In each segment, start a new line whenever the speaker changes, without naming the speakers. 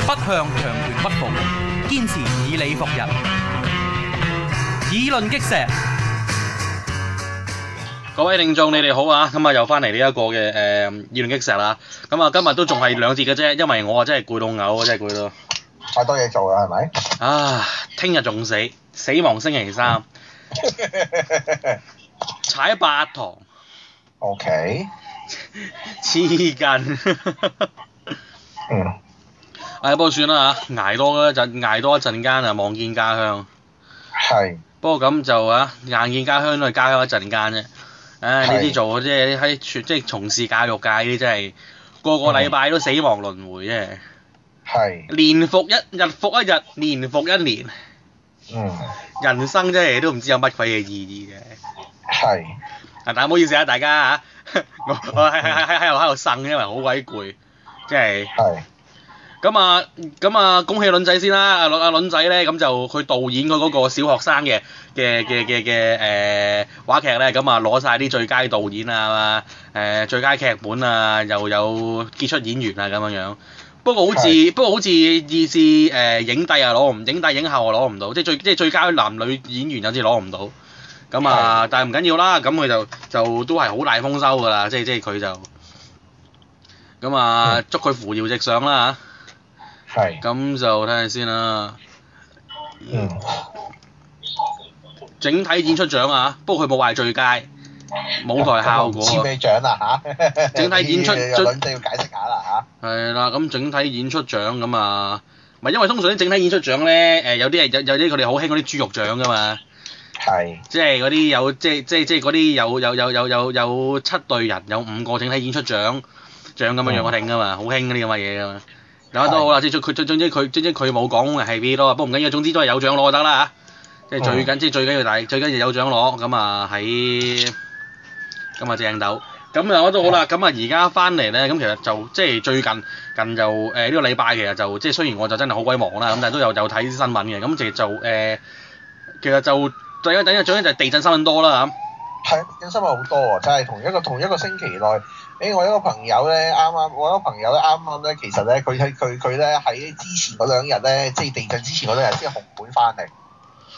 向強權屈服，堅持以理服人，以論擊石。
各位聽眾，你哋好啊！咁啊，又翻嚟呢一個嘅誒議論擊石啦。咁啊，今日都仲係兩節嘅啫，因為我啊真係攰到嘔啊，真係攰到
太多嘢做啦，係咪？
啊！聽日仲死，死亡星期三，踩八堂，
O K，
黐筋。
嗯，
唉，不過算啦嚇，捱多一陣，捱多一陣間啊，望見家鄉。
係，
不過咁就啊，硬見家鄉都係家鄉一陣間啫。唉，呢啲
係
做即係喺全即係從事教育界呢啲真係個個禮拜都死亡輪迴啫。
係，
年復一日復一日，年復一年，
嗯，
人生真係都唔知有乜鬼嘢意義嘅。
係，
啊，但係唔好意思啊，大 家嚇，我我喺喺喺喺度喺度呻，因為好鬼攰，即係
係，
咁啊咁啊，恭喜卵仔先啦！阿卵阿卵仔咧，咁就佢導演佢嗰個小學生嘅嘅嘅嘅嘅誒話劇咧，咁啊攞晒啲最佳導演啊，誒、最佳劇本啊，又有傑出演員啊咁樣樣。不過好似不過好似意思誒、影帝啊攞唔影帝影后啊攞唔到，即係最即係最佳男女演員有啲攞唔到。咁啊，但係唔緊要啦，咁佢就就都係好大豐收㗎啦，即係即係佢就咁啊，祝佢扶搖直上啦
係，
咁就睇下先啊啦。
嗯，
整體演出獎啊，不過佢冇話係最佳舞台效果
千
啊。
尾獎啦嚇，
整體 演出
呢啲有卵仔要解釋下啦
係啦，咁整體演出獎咁啊，唔係因為通常啲整體演出獎咧，誒、有啲係有有啲佢哋好興嗰啲豬肉獎噶嘛，
嚇，係，
即係嗰啲有即係即係即係嗰啲有有有有有有七隊人有五個整體演出獎獎咁樣樣
嗯
我聽噶嘛，好興嗰啲咁嘅嘢噶嘛。有啊都好啦，哦即係佢總總之佢總之佢冇講係邊咯，不過唔緊要，總之都係有獎攞就得啦嚇。即係最緊即係最緊要大最緊要有獎攞咁啊喺咁啊正斗。咁啊我都好啦，咁啊而家翻嚟咧，咁其實就即係最近近就誒呢、個禮拜其實就即係雖然我就真係好鬼忙啦，咁但係都有有睇啲新聞嘅，咁其實就誒、其實就最緊等緊最緊就係地震新聞多啦
係，嘅新聞好多啊，真係同一個同一個星期內，誒、我有一個朋友咧，啱啱我有一個朋友咧，啱啱咧，其實咧，佢喺佢佢咧喺之前嗰兩日咧，即係地震之前嗰兩日先紅本翻嚟，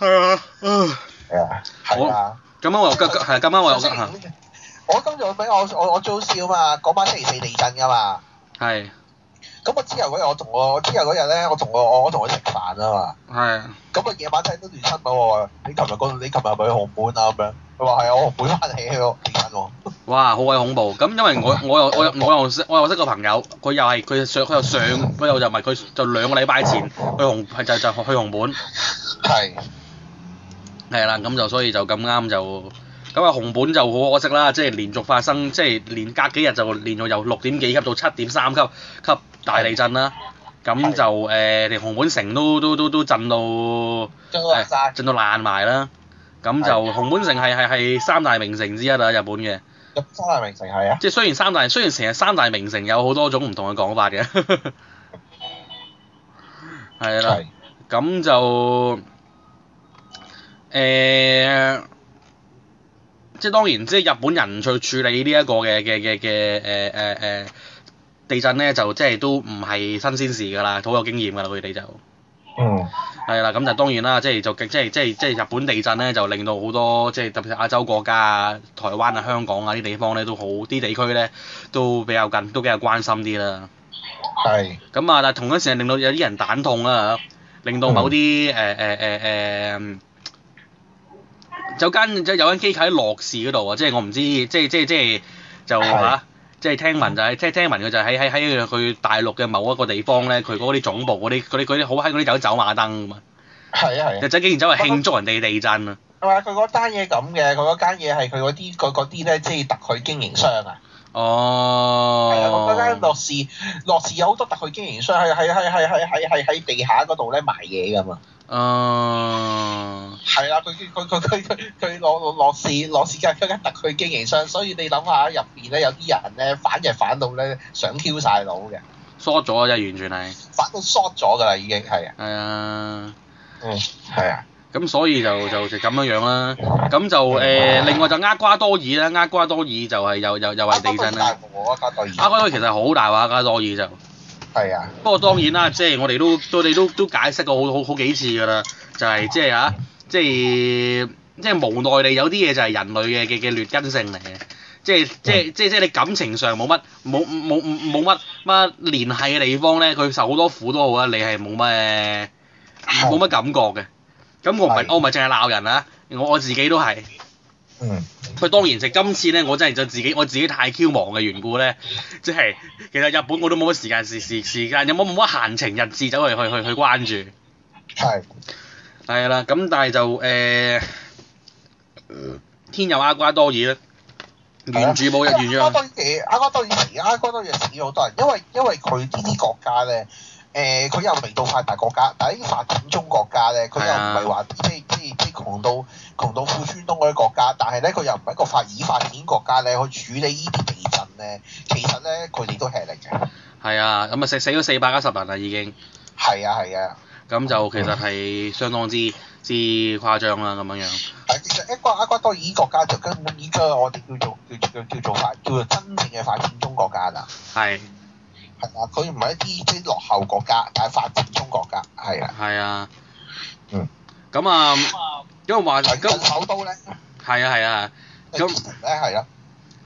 嚇。係啊。
係啊，係啊。
咁啱我 又係咁啱我又嚇
我今日俾我我我做笑嘛，嗰晚星期四地震噶嘛。
係
咁我之後嗰日我同我我之後嗰日咧，我同我我我同佢食飯啊嘛。
係
咁我夜晚睇到段新聞，我話你琴日嗰你琴日係咪去紅本啊咁樣？佢話係啊，我紅本翻起咯，地震喎。
哇，好鬼恐怖！咁因為我我又我又我又識我又識個朋友，佢又係佢上佢又上佢又就唔係佢就兩個禮拜前去紅就就去紅本
係
係啦，咁就所以就咁啱就咁啊紅本就好可惜啦，即係連續發生即係連隔幾日就連續由六點幾級到七點三級級大地震啦，咁就誒、連紅本城都都都都震到。
將我晒
震到爛埋啦。咁就
係
紅本城係係係三大名城之一啦，日本嘅。
入三大名城係啊，
即係雖然三大雖然成日三大名城有好多種唔同嘅講法嘅， 係啦。
係
咁就誒、即係當然，即係日本人去處理呢一個嘅嘅嘅嘅誒誒誒地震咧，就即係都唔係新鮮事㗎啦，好有經驗㗎啦，佢哋就。
嗯
係啦，咁就當然啦，即係就即係即係即係日本地震咧，就令到好多即係特別是亞洲國家啊、台灣啊、香港啊啲地方咧都好，啲地區咧都比較近，都比較關心啲啦。
係
咁啊，但係同一時間令到有啲人蛋痛啦，令到某啲誒誒誒誒，有間有間機構喺樂視嗰度啊，即係我唔知，即係即係即係就
係
嚇，即係聽聞就係即係聽聞佢就喺喺喺佢大陸嘅某一個地方咧，佢嗰啲總部嗰啲嗰啲嗰啲好閪嗰啲走走馬燈㗎嘛。
係啊係啊
日。仔竟然走嚟慶祝人哋地震啊！
係咪佢嗰單嘢咁嘅？佢嗰間嘢係佢嗰啲佢嗰啲咧，即係特許經營商啊。係啊，
哦，
嗰間樂視樂視有好多特許經營商係係係係係係係喺地下嗰度咧賣嘢㗎嘛。
嗯，
係啦，佢佢佢佢佢佢攞攞落市落市間嗰間特區經營商，所以你諗下入邊咧有啲人咧反就反到咧想 Q 晒腦嘅，
疏咗啊！真係完全係，
反到 short 咗㗎啦已經係啊，
係啊，
嗯係啊，
咁所以就就就咁樣樣啦。咁就誒、呃另外就厄瓜多爾啦，厄瓜多爾就係又又又係地震啦。
我啊加多爾，
厄瓜多爾其實好大話，厄瓜多爾就
係啊，
不過當然啦，即係我哋都我哋都都解釋過好好好幾次㗎啦，就係即係嚇，即係即係無奈地有啲嘢就係人類嘅嘅嘅劣根性嚟嘅，即係即係即係即係你感情上冇乜冇冇冇乜乜聯繫嘅地方咧，佢受好多苦都好啊，你係冇乜冇乜感覺嘅。咁我唔係
係
我唔係淨係鬧人啊，我我自己都係。
嗯，
佢當然食今次咧，我真係就自己我自己太 Q 忙嘅緣故咧， 即係其實日本我都冇乜時間時時時間，有冇冇乜閒情日誌走去去去去關注，
係
係啦，咁但係就誒、呃天佑阿瓜多爾咧，原住冇人原
啊阿
樣，
當然，阿瓜當然而阿瓜當然死咗好多人，因為因為佢呢啲國家咧，誒佢又未到發達國家，但係啲發展中國家咧，佢又
啊
唔係話即係即係即係窮到窮到富村東嗰啲國家，但係咧佢又唔係一個發已發展國家咧，去處理呢啲地震咧，其實咧佢哋都吃力嘅，
係啊，咁啊死死咗四百一十人啦已經，
係啊係啊。
咁就其實係相當之之誇張啦咁樣樣，
但其實一瓜一瓜多爾國家就根本已經我哋叫做叫做叫做發叫做真正嘅發展中國家啦，
係
係啦，佢唔係一啲即係落後國家，但係發展中國家係啊。
係啊
嗯，
咁啊，因為話
咁
咁
首都咧，
係啊係啊。咁
咁咧係啦，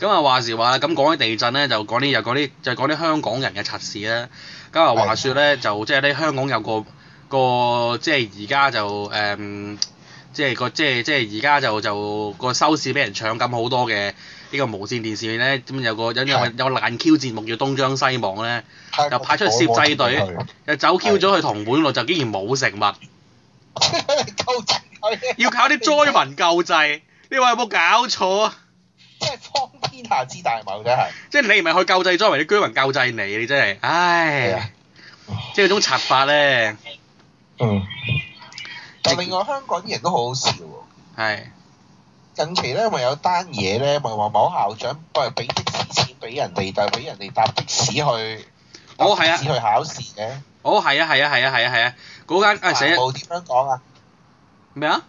咁啊話時話啦，咁講起地震咧，就講啲又講啲就講啲香港人嘅測試啦。咁啊話説咧，就即係咧香港有個個即係而家就誒、嗯即係個即係即係而家就就個收視俾人搶咁好多嘅呢個無線電視咧，咁有個有有
係
有個爛 Q 節目叫東張西望咧，
係
又派出攝製隊
我我
又走 Q 咗去同伴路，就竟然冇食物，
救濟佢，
要靠啲災民救濟。你話有冇搞錯啊？
即係方天下之大謀真係，
即係你唔係去救濟災民，啲居民救濟你，你真係，唉。
係啊，
即係嗰種拆法咧，
嗯。但另外香港啲人都好好笑喎，
係
近期咧咪有單嘢咧，咪話某校長喂俾的士錢俾人哋，但係俾人哋搭的士去，
哦係啊
搭的士去考試嘅。
哦係啊係啊係啊係啊係啊，嗰間啊死
盲
啊
毛點樣講啊？
咩啊？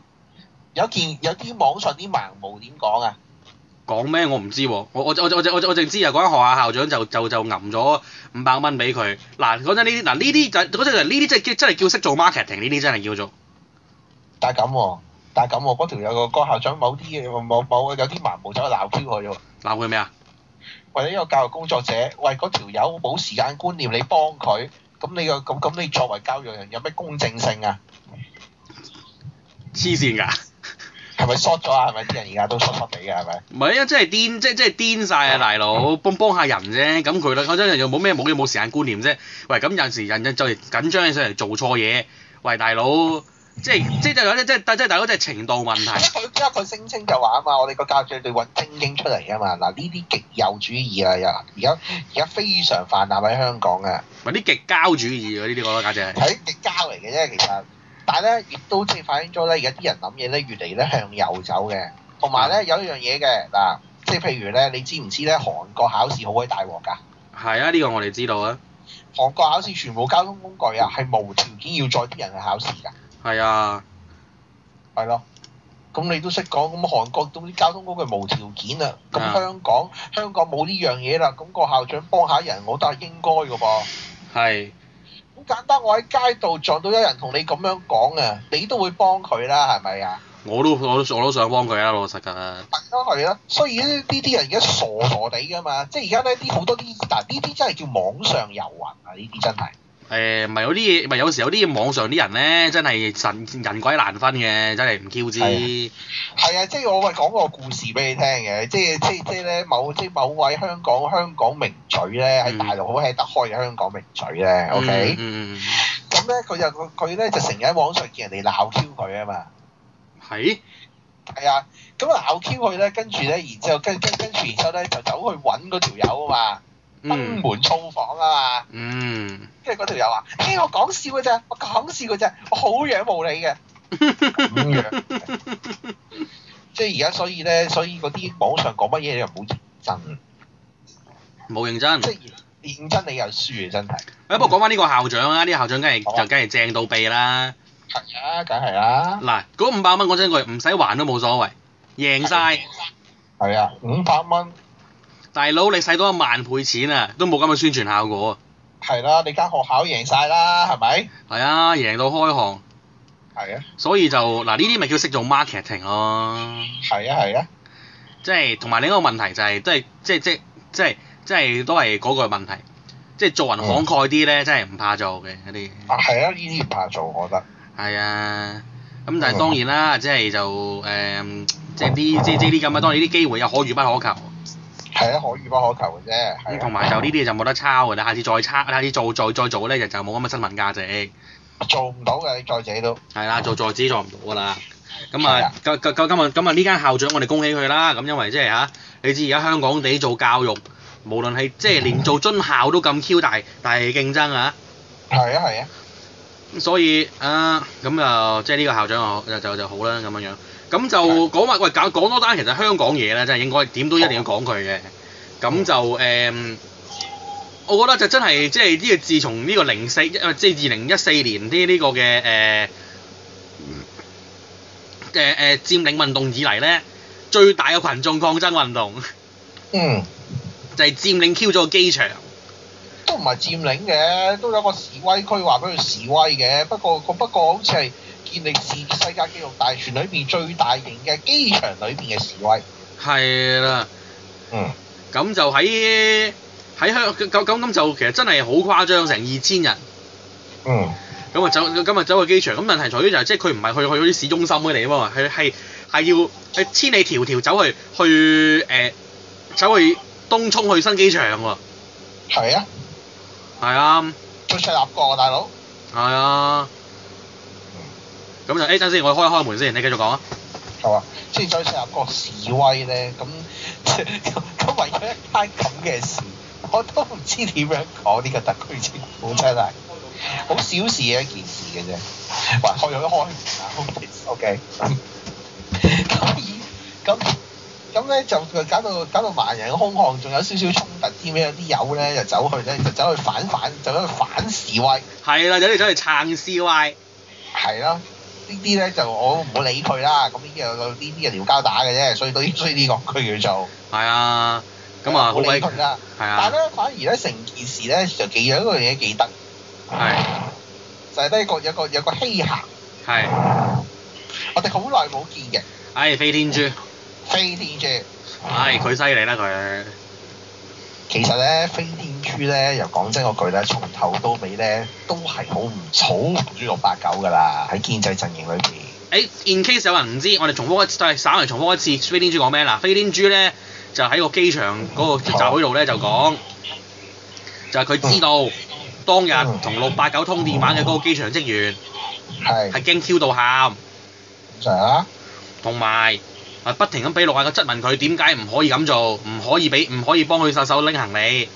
有件有啲網上啲盲毛點講啊？
講咩我唔知喎，我我我我我我淨知啊嗰間學校校長就就就揞咗五百蚊俾佢。嗱講真呢啲嗱呢啲就嗰陣呢啲真係真係叫識做 marketing，呢啲真係叫做
但係咁喎，但係咁喎，嗰條有個個校長某啲嘢某某有啲盲毛走去鬧 Q 佢喎。
鬧佢咩啊？
喂，呢個教育工作者，喂嗰條友冇時間觀念，你幫佢，咁你個咁咁你作為教育人有咩公正性啊？
黐線㗎！
係咪 short 咗啊？係咪啲人而家都 short short 地嘅係咪？
唔係啊，真係癲，即係即係癲晒
哦
啊，大佬幫幫下人啫。咁佢啦，講真又冇咩冇嘢冇時間觀念啫。喂，咁有陣時人就就緊張起上嚟做錯嘢。喂，大佬，即 係即係有啲即係即係大佬即係程度問
因
題
為。佢因為佢聲稱就話啊嘛，我哋個教育者隊揾精英出嚟啊嘛，嗱呢啲極右主義啊，又而家而家非常泛濫喺香港啊。
咪啲極交主義嗰呢啲我覺得簡直係
係極交嚟嘅啫，其實，但係咧亦都即係反映咗咧，而家啲人諗嘢咧越嚟咧向右走嘅，同埋咧有一樣嘢嘅嗱，即係譬如咧，你知唔知咧韓國考試好鬼大鑊㗎？
係啊！呢、個我哋知道啊，
韓國考試全部交通工具啊，係無條件要載啲人去考試㗎，
係啊，
係咯。咁你都識講，咁韓國咁啲交通工具無條件啊，咁
啊
香港香港冇呢樣嘢啦，咁個校長幫下人，我都係應該㗎噃。
係
好簡單，我喺街度撞到有人同你咁樣講啊，你都會幫佢啦，係咪啊？
我都我都我都想幫佢啊，老實㗎。
大家係啦，所以呢啲人而家傻傻地噶嘛，即係而家呢啲好多啲，嗱呢啲真係叫網上遊魂啊！呢啲真係
誒，咪有啲嘢，咪有時有啲嘢網上啲人咧，真係神人鬼難分嘅，真係唔 Q 知。
係係啊！即係我咪講個故事俾你聽嘅，即係即係即係咧某即係某位香港香港名嘴咧喺
嗯
大陸好吃得開嘅香港名嘴咧，OK，啊
嗯嗯，嗯
咁咧佢就佢咧就成日喺網上見人哋鬧 Q 佢啊嘛。
嗯係
係啊，咁鬧 Q 佢咧，跟住咧，然之後跟跟跟住，然之後咧就走去揾嗰條友啊嘛，登
嗯
門造訪啊嘛，
嗯，
跟住嗰條友話：，誒、我講笑嘅啫，我講笑嘅啫，我好樣無理嘅。咁樣，即係而家，所以咧，所以嗰啲網上講乜嘢你又唔好認真，
冇認真。
即係認真你又輸啊！真係，
誒，不過講翻呢個校長啊，呢、個校長梗係
好啊
就梗係正到痹啦。
係啊，梗係啦，
嗱，嗰五百蚊講真句，唔使還都冇所謂，贏晒。
嗯係啊，五百蚊
大佬你使多一萬倍錢啊，都冇咁嘅宣傳效果啊。
係啦，你間學校贏晒啦，係咪？
係啊，贏到開行，
係啊，
所以就嗱呢啲咪叫識做 marketing 咯。
係啊，係啊，
即係同埋另一個問題就係、即係即係即係即係即係都係嗰個問題，即係
嗯
做人慷慨啲咧，真係唔怕做嘅嗰啲。
啊係啊，呢啲唔怕做，我覺得。
係啊，咁
哦
但係當然啦，即係就誒、即係啲即係即係啲咁嘅，當然呢啲機會又可遇不可求。
係啊，可遇不可求嘅啫，係
咁
啊
同埋就呢啲就冇得抄嘅，你下次再抄，下次做再再做咧就就冇咁嘅新聞價值。
做唔到嘅，你再者都
係啦，做再知做唔到㗎啦。咁
係
啊
啊，
咁咁咁今日咁啊呢間校長我哋恭喜佢啦。咁因為即係嚇，你知而家香港地做教育，無論係即係連做津校都咁 Q 大大競爭啊。
係啊係啊，
咁所以啊，咁啊即係呢個校長就就就好啦咁樣樣。咁就
係
講埋喂講講多單其實香港嘢咧，真係應該點都一定要講佢嘅。咁就誒、我覺得就真係即係呢個自從呢個零四即係二零一四年啲呢個嘅誒嘅誒佔領運動以嚟咧，最大嘅群眾抗爭運動
嗯，
就係佔領 Q 咗個機場。
都唔係佔領嘅，都有個示威區話俾佢示威嘅，不過個不過好似係建立自世界紀錄大全裏邊最大型嘅機場裏邊嘅示威，
係啦。
嗯，
咁就喺喺香咁咁咁就其實真係好誇張，成二千人
嗯，
咁啊走咁啊走去機場。咁問題在於就係即係佢唔係去去嗰啲市中心嗰啲地方啊，係係係要係千里迢迢走去去誒、呃走去東涌去新機場喎。
係啊，
係啊，
最赤立國啊，大佬，
係啊。
嗯
咁就誒等陣先，我開一開門先，你繼續講啊。
係嘛？即係最赤立國示威咧，咁 咁為咗一單咁嘅事，我都唔知點樣講呢個特區政府真係好小事嘅一件事嘅啫，喂，開咗開門啊，OK，OK，咁以咁。咁咧就搞到搞到萬人空巷，仲有少少衝突添，有啲友咧就走去咧就走去反反，就走去反示威。
係啦，有啲走去撐 CY，
係啦，呢啲咧就我唔好理佢啦。咁呢啲有呢啲係撩交打嘅啫，所以 對所以呢個區叫做
係啊，咁啊好
唔好
鬼
理佢
係
啦。但係
啊，
咧反而咧成件事咧就幾有一樣嘢記得，
係
就係、呢個有個有個稀客，
係，
我哋好耐冇見嘅
唉飛天豬，
飛天豬。
唉佢犀利啦佢。
其實咧飛天豬咧又講真嗰句咧，從頭到尾咧都係好唔好唔六八九㗎啦，喺建制陣營裏邊。
誒，in case 有人唔知，我哋重複一次，但係稍為重複一次飛天豬講咩嗱？飛天豬咧就喺個機場嗰個集會度咧就講，就係佢知道當日同六八九通電話嘅嗰個機場職員
係
係驚 Q 到喊，
正常啊，
同埋啊不停咁俾六八九質問佢點解唔可以咁做，唔可以俾唔可以幫佢手手拎行李，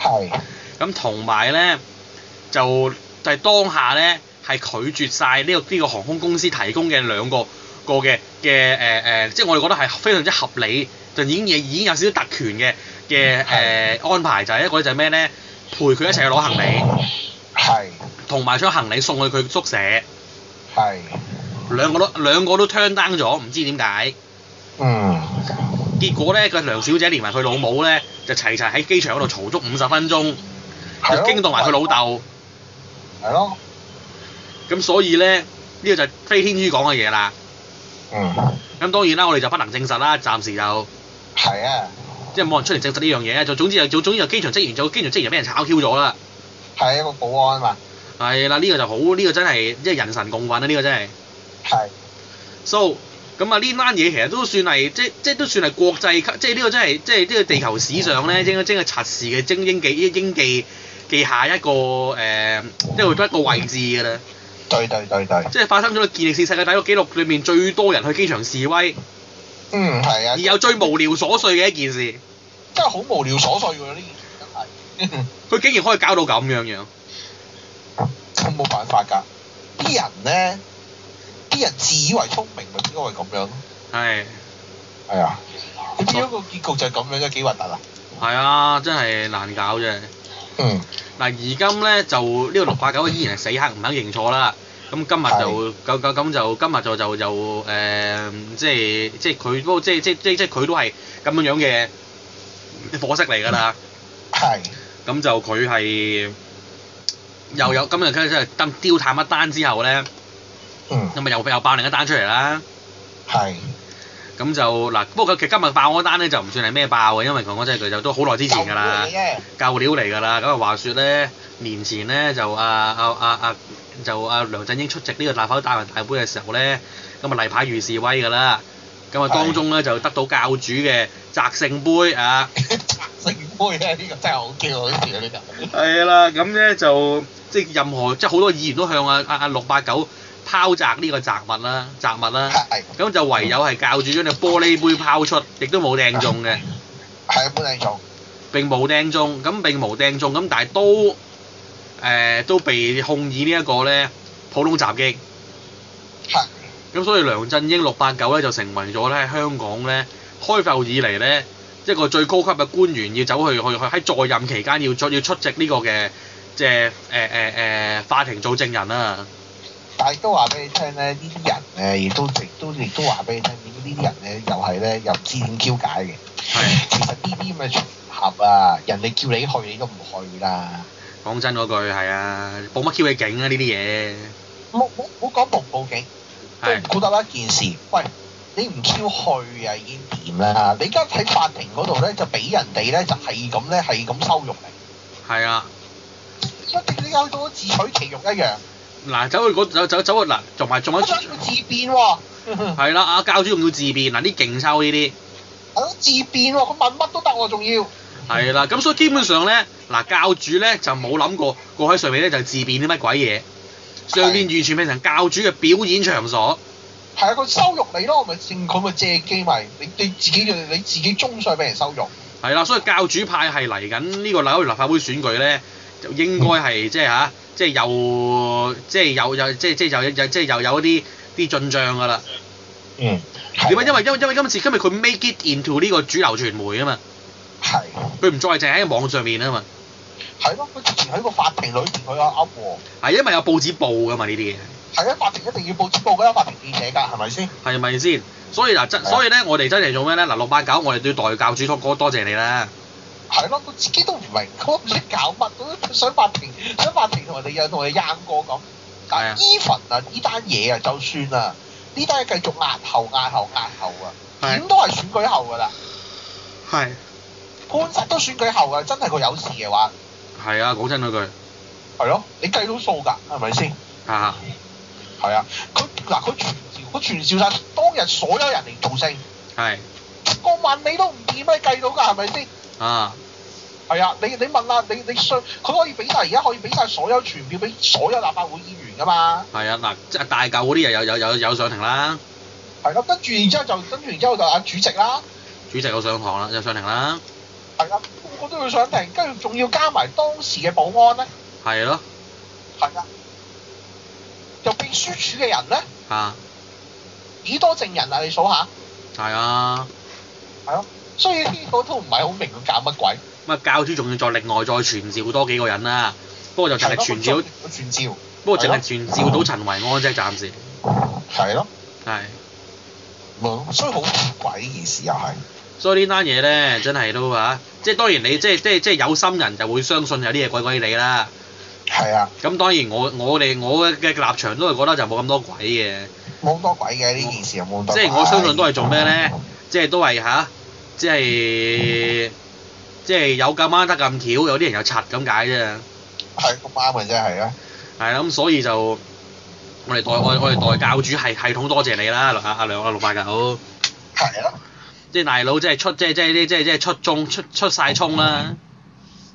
係
咁同埋咧就就係當下咧係拒絕晒呢、個呢、個航空公司提供嘅兩個個嘅嘅誒誒，即係我哋覺得係非常之合理，就已經已經有少少特權嘅
嗯
嘅誒安排，就係、一個就係咩咧？陪佢一齊去攞行李，
係
同埋將行李送去佢宿舍，
係，
兩個都兩個都 turn down 咗，唔知點解。
嗯。
結果咧，個梁小姐連埋佢老母咧，就齊齊喺機場嗰度嘈足五十分鐘，就
係咯
驚動埋佢老。豆。
係咯，
咁所以咧，呢、個就係飛天豬講嘅嘢啦。
嗯，
咁當然啦，我哋就不能證實啦，暫時就
係啊，
即係冇人出嚟證實呢樣嘢。就總之就總之就機場職員就機場職員就俾人炒 Q 咗啦。
係一個保安嘛，
係啦，呢、個就好，呢、個真係即係人神共憤啊！呢、個真係。
係
So 咁啊，呢單嘢其實都算係即即都算係國際級，即係呢個真係即係呢個地球史上咧，應該真係測試嘅精英記英記記下一個誒、呃即係一個位置㗎啦。
對對對對，
即係發生咗個健力士世界第一個紀錄裏面最多人去機場示威，
嗯係啊
而，有最無聊瑣碎嘅一件事。
真係好無聊瑣碎喎呢件事真係，
佢竟然可以搞到咁樣樣，
咁冇辦法㗎，啲人咧，啲人自以為聰明咪應該係咁樣咯，
係
係啊，你知咗個結局就係咁樣啫，幾核突啊，
係啊，真係難搞啫。
嗯
嗱，而今咧就呢個六八九依然係死黑唔肯認錯啦。咁今日就咁咁咁就今日就就就誒、即係即係佢都即係即即即佢都係咁樣樣嘅火色嚟㗎啦。
係，
咁就佢係又有今日佢真係登丟淡一單之後咧，
嗯，
咁咪又又爆另一單出嚟啦。
係，
咁就嗱，不過其實今日爆嗰單咧就唔算係咩爆嘅，因為講講真佢就都好耐之前㗎啦
舊料
舊
嚟， 嘅
料嚟㗎啦。咁啊話說咧，年前咧就啊啊啊啊就啊梁振英出席呢個立法會大運大會嘅時候咧，咁啊例牌遇示威㗎啦。咁啊當中咧就得到教主嘅擲聖杯啊，
聖杯咧，呢個真係好叫好笑呢個。
係啦，咁咧就即係任何即係好多議員都向啊啊啊六八九拋擲呢個擲物啦，擲物啦。
係
咁就唯有係教主將隻玻璃杯拋出，亦都冇掟中嘅。
係本嚟做，
並冇釘中，咁並無釘中，咁但係都誒、呃都被控以呢一個咧普通襲擊，
係
咁所以梁振英六八九咧就成為咗咧香港咧開埠以嚟咧一個最高級嘅官員要走去去去喺在任期間要出要出席呢個嘅即係誒誒誒法庭做證人啦，
但係都話俾你聽咧，呢啲人咧亦都亦都亦都話俾你聽，呢啲人咧又係咧又唔知點叫解嘅。
係
其實呢啲咁嘅場合啊，人哋叫你去你都唔去啦。
講真嗰句係啊，報乜 Q 嘅警啊呢啲嘢
冇冇冇講報唔報警，都
係
唔顧得一件事。喂，你唔 Q 去啊已經點啦？你而家喺法庭嗰度咧就俾人哋咧就係咁咧係咁羞辱你，
係啊。
一定你去到自取其辱一樣，
嗱，走去嗰走走走去嗱，同埋仲有
一
一
陣要自變喎。
係啦，阿教主仲要自辯，嗱啲勁抽呢啲，
係咯，自變喎，佢問乜都得喎，仲要。
係啦，咁所以基本上咧，嗱教主咧就冇諗過過喺上面咧就自辯啲乜鬼嘢，上面完全變成教主嘅表演場所，
係啊，佢羞辱你咯，咪正佢咪借機咪你你自己你自己中上俾人羞辱，
係啦，所以教主派係嚟緊呢個紐約立法會選舉咧，就應該係即係吓，即係又即係又又即係即係又又即係又有啲啲進帳㗎啦。
嗯，
點啊解？因為因為因為今次今日佢 make it into 呢個主流傳媒啊嘛，
係
佢唔再淨係喺網上面啊嘛，
係咯，佢之前喺個法庭裏邊佢有噏喎，
係因為有報紙報㗎嘛呢啲嘢。
係啊，法庭一定要報紙報㗎啦，法庭記者㗎，係咪先？
係咪先？所以嗱，真
係啊
所以咧，我哋真係做咩咧？嗱，六八九，我哋都要代教主托哥多謝你啦。
係咯，佢自己都唔明，佢唔識搞乜，佢想法庭想法庭同人哋又同人哋硬過咁。
係啊
但 even 啊，呢單嘢啊，就算啊，呢單嘢繼續壓後壓後壓後啊，
係
點都係選舉後㗎啦，
係。
判實都選舉後啊，真係佢有事嘅話，
係啊，講真嗰句
係咯，你計到數㗎，係咪先？
啊，
係啊，佢嗱佢傳召，佢傳召晒當日所有人嚟做聲，
係
個問你都唔掂咩計到㗎，係咪先？
啊，
係啊，你你問啦，你你信佢可以俾晒，而家可以俾晒所有傳票俾所有立法會議員㗎嘛？
係啊，嗱，即係大舊嗰啲又有有有有上庭啦，
係咯、跟住然之後就跟住然之後就阿主席啦，
主席有上堂啦，有上庭啦，
係啦、個個都要上庭，跟住仲要加埋當時嘅保安咧，
係咯，
係啊，又秘書處嘅人咧，
啊，
幾多證人啊？你數下，
係啊，
所以呢個都唔係好明佢搞乜鬼。
咁啊，教主仲要再另外再傳召多幾個人啦。不過就淨係傳召，
佢傳召，
不過淨係傳召到陳維安啫，暫時
係咯。
係。
所以好鬼呢件事又係，
所以呢單嘢咧，真係都啊，即係當然你即係即係即係有心人就會相信有啲嘢鬼鬼你啦。
係啊，
咁當然我我哋我嘅立場都係覺得就冇咁多鬼嘅，
冇咁多鬼嘅呢件事又冇咁多
即
鬼。
係我相信都係做咩咧？即係都係吓、即係即係有咁啱得咁巧，有啲人又柒咁解啫。
係咁啱嘅啫，係啊，
係啦，咁所以就我哋代我我哋代教主係系統多謝你啦，阿阿梁阿六八九，
係咯，
即係大佬即係出即係即係即係即係出眾出出曬衝啦，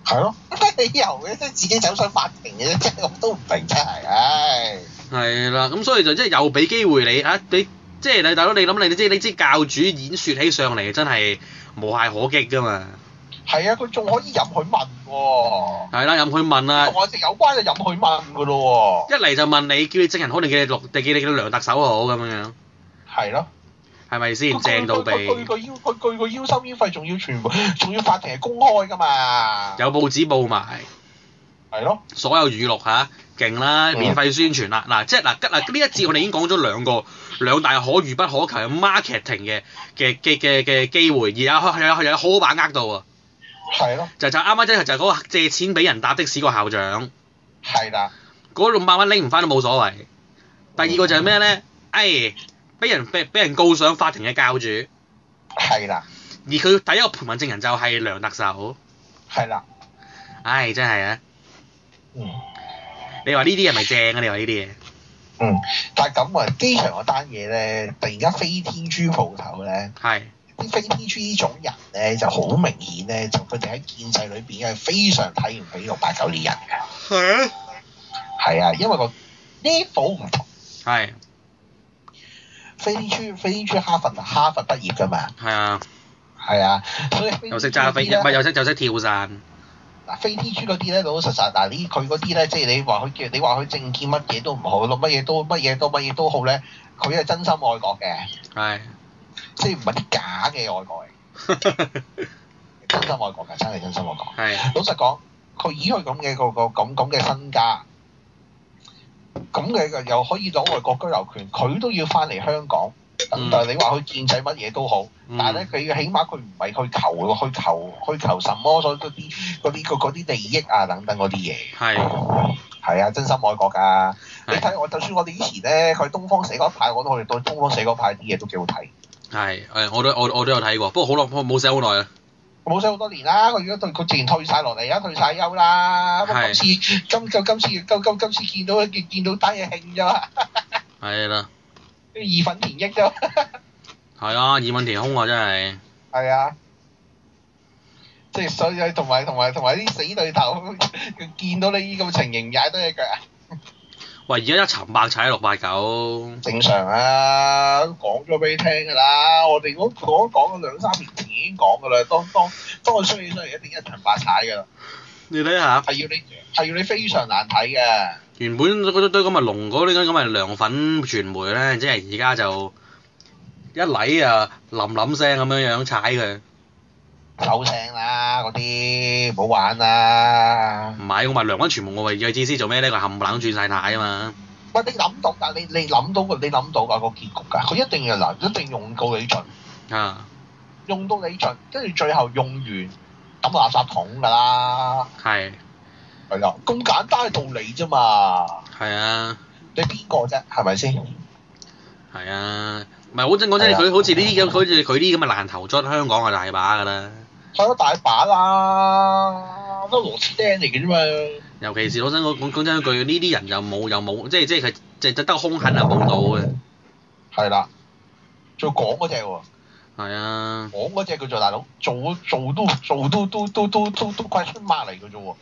係咯，理由嘅即係自己走上法庭嘅啫， 即係我都唔明真係，唉，
係啦，咁所以就即係又俾機會你啊，你即係你大佬你諗你即係你知教主演説起上嚟真係無懈可擊㗎嘛。
係啊，佢仲可以入去問喎，
係啦，任佢問啦
同，我哋有關就入去問噶咯
一嚟就問你，叫你證人好定叫你六，定叫你叫你梁特首好咁樣樣，
喎，係咯，
係咪先？正到地，
佢個腰佢佢個腰收腰費仲要全部，仲要法庭係公開噶嘛，
有報紙報埋，
係咯，
所有語錄吓，勁啦，免費宣傳啦，嗱，即係嗱，嗱呢一節我哋已經講咗兩個兩大可遇不可求嘅 marketing 嘅嘅嘅嘅嘅機會，而有有有有好好把握到啊！
係咯，
就就啱啱即係就係嗰個借錢俾人搭的士個校長，
係啦，
嗰六百蚊拎唔翻都冇所謂。第二個就係咩咧？誒，俾人俾俾人告上法庭嘅教主，
係啦，
而佢第一個陪問證人就係梁特首。
係啦，
唉，真係啊！
嗯。
你話呢啲係咪正啊？你話呢啲嘢？
嗯，但係咁啊，機場嗰單嘢咧，突然間飛天豬鋪頭咧，
係
啲飛天豬呢種人咧就好明顯咧，就佢哋喺建制裏邊係非常睇唔起六八九呢人嘅，
係啊
係啊，因為個 level 唔同，
係
飛天豬飛天豬哈佛哈佛畢業㗎嘛，
係啊！
係啊，所以
又識揸飛，唔啊係
嗱
又識又識跳傘。
飛天豬嗰啲咧老老實實嗱，呢佢嗰啲咧即係你話佢嘅，你話佢政見乜嘢都唔好咯，乜嘢都乜嘢都乜嘢都好咧，佢係真心愛國嘅，
係。
即係唔係啲假嘅愛國嚟。真心愛國㗎，真係真心愛國。
係
老實講，佢以佢咁嘅個個咁咁嘅身家，咁嘅又可以攞外國居留權，佢都要翻嚟香港。
嗯
等待你話佢建制乜嘢都好，但係咧
嗯
佢起碼佢唔係去求去求去求什麼所以嗰啲嗰啲嗰啲利益啊等等嗰啲嘢，
係
係啊，真心愛國㗎。你
係
睇我，就算我哋以前咧，佢東方社嗰派，我都去到東方社嗰派啲嘢都幾好睇。
係誒，我都我我都有睇過，不過好耐冇冇寫好耐啦。啊
冇使好多年啦，佢而家對佢自然退晒落嚟，而啊家退晒休啦。
係
咁啊今次今今今次今今今次見到見見到單嘢興咗啊，
係啦，
義憤填膺咗。
係啊，疑問填空啊，真係。
係啊，即係所以同埋同埋同埋啲死對頭，佢見到你呢咁情形踩多只腳啊，
喂，而家一沉百踩六八九，
正常啊，講咗俾你聽㗎啦。我哋我講講咗兩三年前已經講㗎啦，當當當佢衰起上嚟，一定一場白踩㗎啦，
你睇下，
係要你係要你非常難睇嘅。
原本嗰堆咁嘅龍嗰啲咁嘅涼粉傳媒咧，即係而家就一嚟啊冧冧聲咁樣樣踩佢，
收聲啦，嗰啲唔好玩啦。
唔係我話涼粉傳媒，我話嘅意思做咩咧？佢冚唪唥轉晒態啊嘛，
喂，你諗到㗎？你你諗到㗎？你諗到㗎個結局㗎？佢一定要嗱，一定用到你盡，
啊
用到你盡，跟住最後用完抌垃圾桶㗎啦。
係
係啦，咁簡單嘅道理啫嘛。
係啊
你邊個啫？係咪先？
係啊，唔係好真講真，佢好似呢啲咁，好似佢啲咁嘅爛頭卒，香港係大把㗎啦。
係咯，大把啦，都螺絲釘嚟嘅啫嘛。
尤其是老身講講講真一句，呢啲人又冇又冇，即係即係佢淨得個兇狠啊冇腦嘅，
係啦，仲要講嗰只喎，
係啊
講嗰只叫做大佬，做做都做都都都都都都怪出馬嚟嘅啫喎。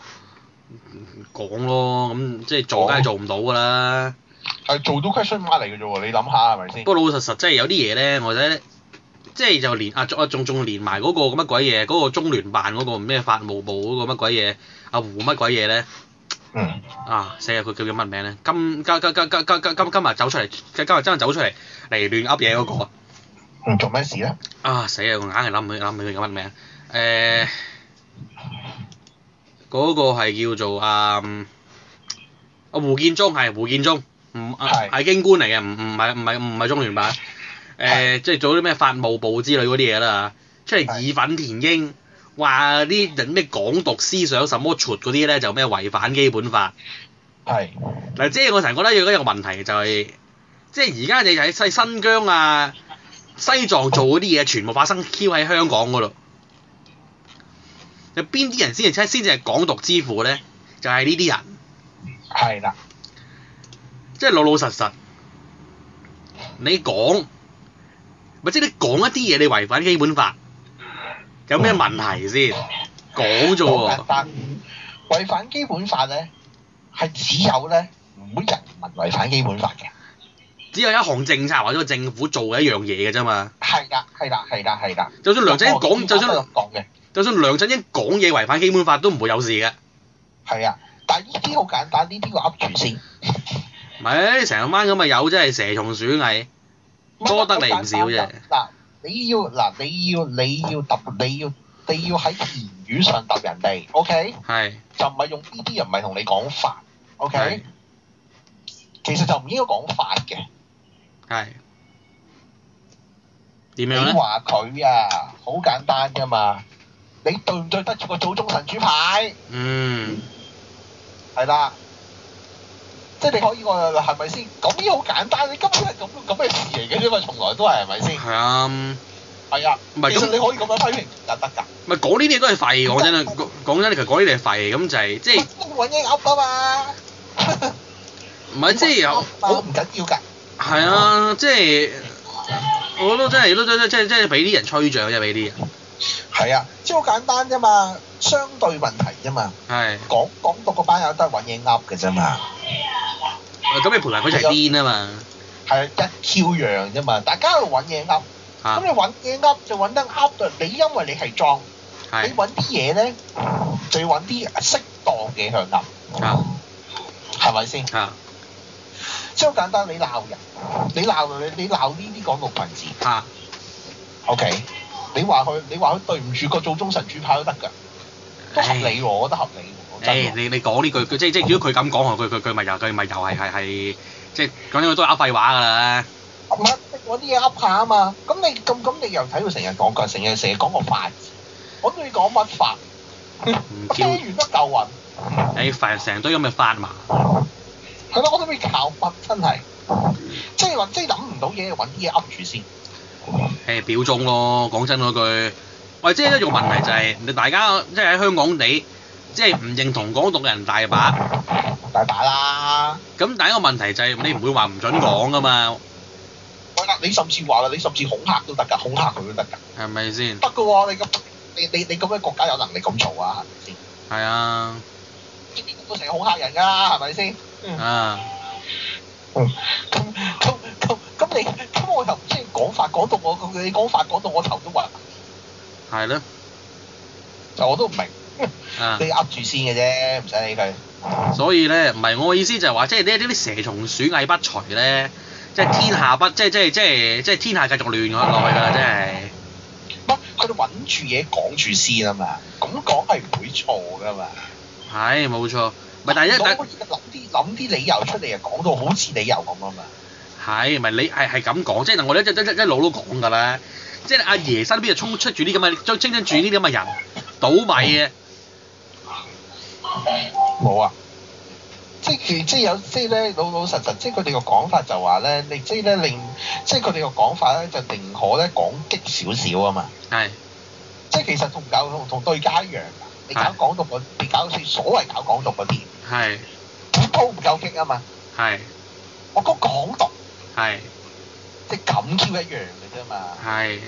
講咯，咁即係做梗係做唔到㗎啦。
係做到 question mark 嚟嘅啫喎，你諗下係咪先？
不過老實實，真係有啲嘢咧，我覺得即係就連啊，仲啊仲仲連埋嗰個乜鬼嘢，嗰、個中聯辦嗰個咩法務部嗰個乜鬼嘢，阿胡乜鬼嘢咧
嗯，
啊，死啊！佢叫叫乜名咧？今今今今今今今今今日走出嚟，今今日真係走出嚟嚟亂噏嘢嗰個啊
嗯，做咩事咧？
啊！死啊！我硬係諗唔起諗唔起佢叫乜名誒？嗰、個係叫做啊嗯啊胡建中係胡建中，唔啊
係
係京官嚟嘅，唔唔係唔係唔係中聯辦。誒、即係做啲咩法務部之類嗰啲嘢啦嚇，出嚟
係
義憤填膺，話啲人咩港獨思想什麼撮嗰啲咧就咩違反基本法。
係
嗱，即係我成日覺得有一個問題就係、即係而家你喺西新疆啊、西藏做嗰啲嘢，全部發生 Q 喺香港嗰度。有邊啲人先至先至係港獨之父咧？就係呢啲人，
係啦，
即係老老實實。你講，咪即係你講一啲嘢，你違反基本法，有咩問題先？講啫
好
喎
簡，單。違反基本法咧，係只有咧唔會人民違反基本法嘅。
只有一項政策或者個政府做嘅一樣嘢嘅啫嘛。
係啦，係啦，係啦，係啦。
就算梁振英講，就算
我咁講嘅，
就算梁振英講嘢違反基本法都唔會有事嘅。
係啊。但係呢啲好簡單，呢啲我噏住先。
唔係，成班咁嘅友真係蛇蟲鼠蟻，多得你唔少啫。
嗱，你要嗱，你要你要揼，你要你要喺言語上揼人哋，OK？
係
就唔係用呢啲人，唔係同你講法
係
，OK？其實就唔應該講法嘅。
係點
你
樣咧？
話佢啊，好簡單噶嘛。你對唔對得住個祖宗神主牌？
嗯，
係啦，即係你可以話係咪先？講啲好簡單，你根本係咁咁嘅事嚟嘅啫嘛，從來都係係咪先？
係啊，咪
係啊，
唔係咁
其實你可以咁樣批評就得㗎。
講呢啲都係廢，講真啦，講講真，其實講呢啲係廢，咁就係即係
乜揾嘢噏啊嘛，
唔係即係 有
好
好
唔緊要㗎。
係啊，即係我都真係都真真真真係俾啲人吹漲啫，俾啲人
係啊，即係好簡單啫嘛，相對問題啫嘛。
係
講講到個班友都係揾嘢噏嘅啫嘛，
咁你陪埋佢一齊癲啊嘛
係一 Q 樣啫嘛，大家喺度揾嘢噏。
嚇
咁你揾嘢噏就揾得噏嘅，你因為你係裝，你
係
揾啲嘢咧就要揾啲適當嘅去噏，
啊
係咪先？
啊
即係好簡單，你鬧人，你鬧你你鬧呢啲港獨分子
啊
，OK？你話佢你話佢對唔住個祖宗神主派都得㗎，都合理喎，我覺得合理喎，真
誒
喎。
你你講呢句佢即即如果佢咁講佢佢佢咪又佢咪又係係係即係講真佢都係噏廢話㗎啦
唔係我啲嘢噏下啊嘛，咁你咁咁你又睇到成日講㗎，成日成日講個法字，我都要講乜法？
唔
我
知
聽完都夠暈，
誒廢成堆咁嘅發麻
係咯，我都未搞乜真係，即係話即係諗唔到嘢，揾啲嘢噏住先。
誒表忠咯，講真嗰句，喂，即係一個問題就係、你大家即係喺香港地，即係唔認同港獨嘅人大把，
大把啦。
咁第一個問題就係、你唔會話唔準講噶嘛，
喂啦，你甚至話啦，你甚至恐嚇都得㗎，恐嚇佢都得㗎，
係咪先？
得㗎喎！你咁你你你咁嘅國家有能力咁做啊？係咪
係啊，
先？呢啲都成日恐嚇人㗎啦，係咪先？嗯
啊，
咁咁咁咁你咁我又唔知你講法講到我你講法講到我頭都暈，
係咯，
就我都唔明，
啊
你，噏住先嘅啫，唔使理佢。
所以咧，唔係我嘅意思就係話，即係呢呢啲蛇蟲鼠蟻不除咧，即係天下不，即係即係即係即係天下繼續亂落去㗎啦，真係。
乜佢哋揾住嘢講住先啊嘛，咁講係唔會錯㗎嘛。
係冇錯，咪但係一
諗
但
諗啲諗啲理由出嚟，又講到好似理由咁啊嘛。
係，咪你係係咁講，即係我哋一一一一路都講㗎啦，即係阿爺身邊就衝出住啲咁嘅，將清清住呢啲咁嘅人，倒米啊嘅，
冇啊！即係其即係有即係咧老老實實，即係佢哋個講法就話咧，你即係咧令即係佢哋個講法咧就寧可咧講激少少啊嘛。
係
即係其實同搞同同對家一樣㗎，你搞
係
港獨嗰你搞所謂搞港獨嗰啲，
係
本土唔夠激啊嘛。
係
我講港獨
係
即係咁 Q 一樣嘅啫嘛。
係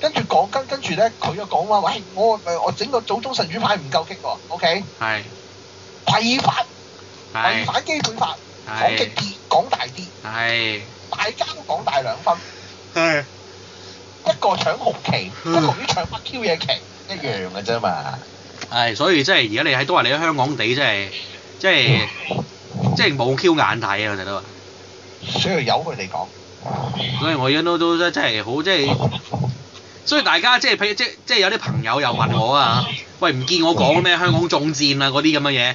跟住講跟跟住咧，佢又講話喂，我我整個祖宗神主派唔夠激喎，OK？
係
違法違
係
反基本法，講激
係
啲，講大啲，
係
大家都講大兩分。
係
一個搶紅旗，
嗯
不過啲搶乜 Q 嘢旗一樣嘅啫嘛。
係，所以即係而家你喺都話你喺香港地，即係即係即係冇 Q 眼睇啊！我哋都話，
所以由佢哋講，
所以我而家都都真係好即係。所以大家即係譬如即即係有啲朋友又問我啊，喂唔見我講咩香港中戰啊嗰啲咁嘅嘢，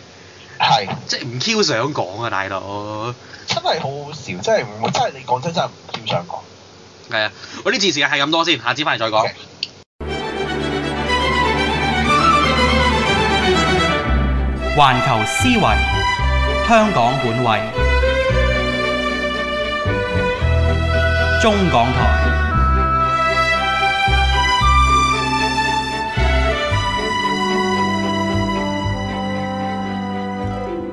係
即係唔 Q 想講啊，大佬。
真係好好笑，真係我真係你講真真係唔叫上講。
係啊，我呢次時間係咁多先，下次翻嚟再講。
OK
環球思維，香港本位，中港台。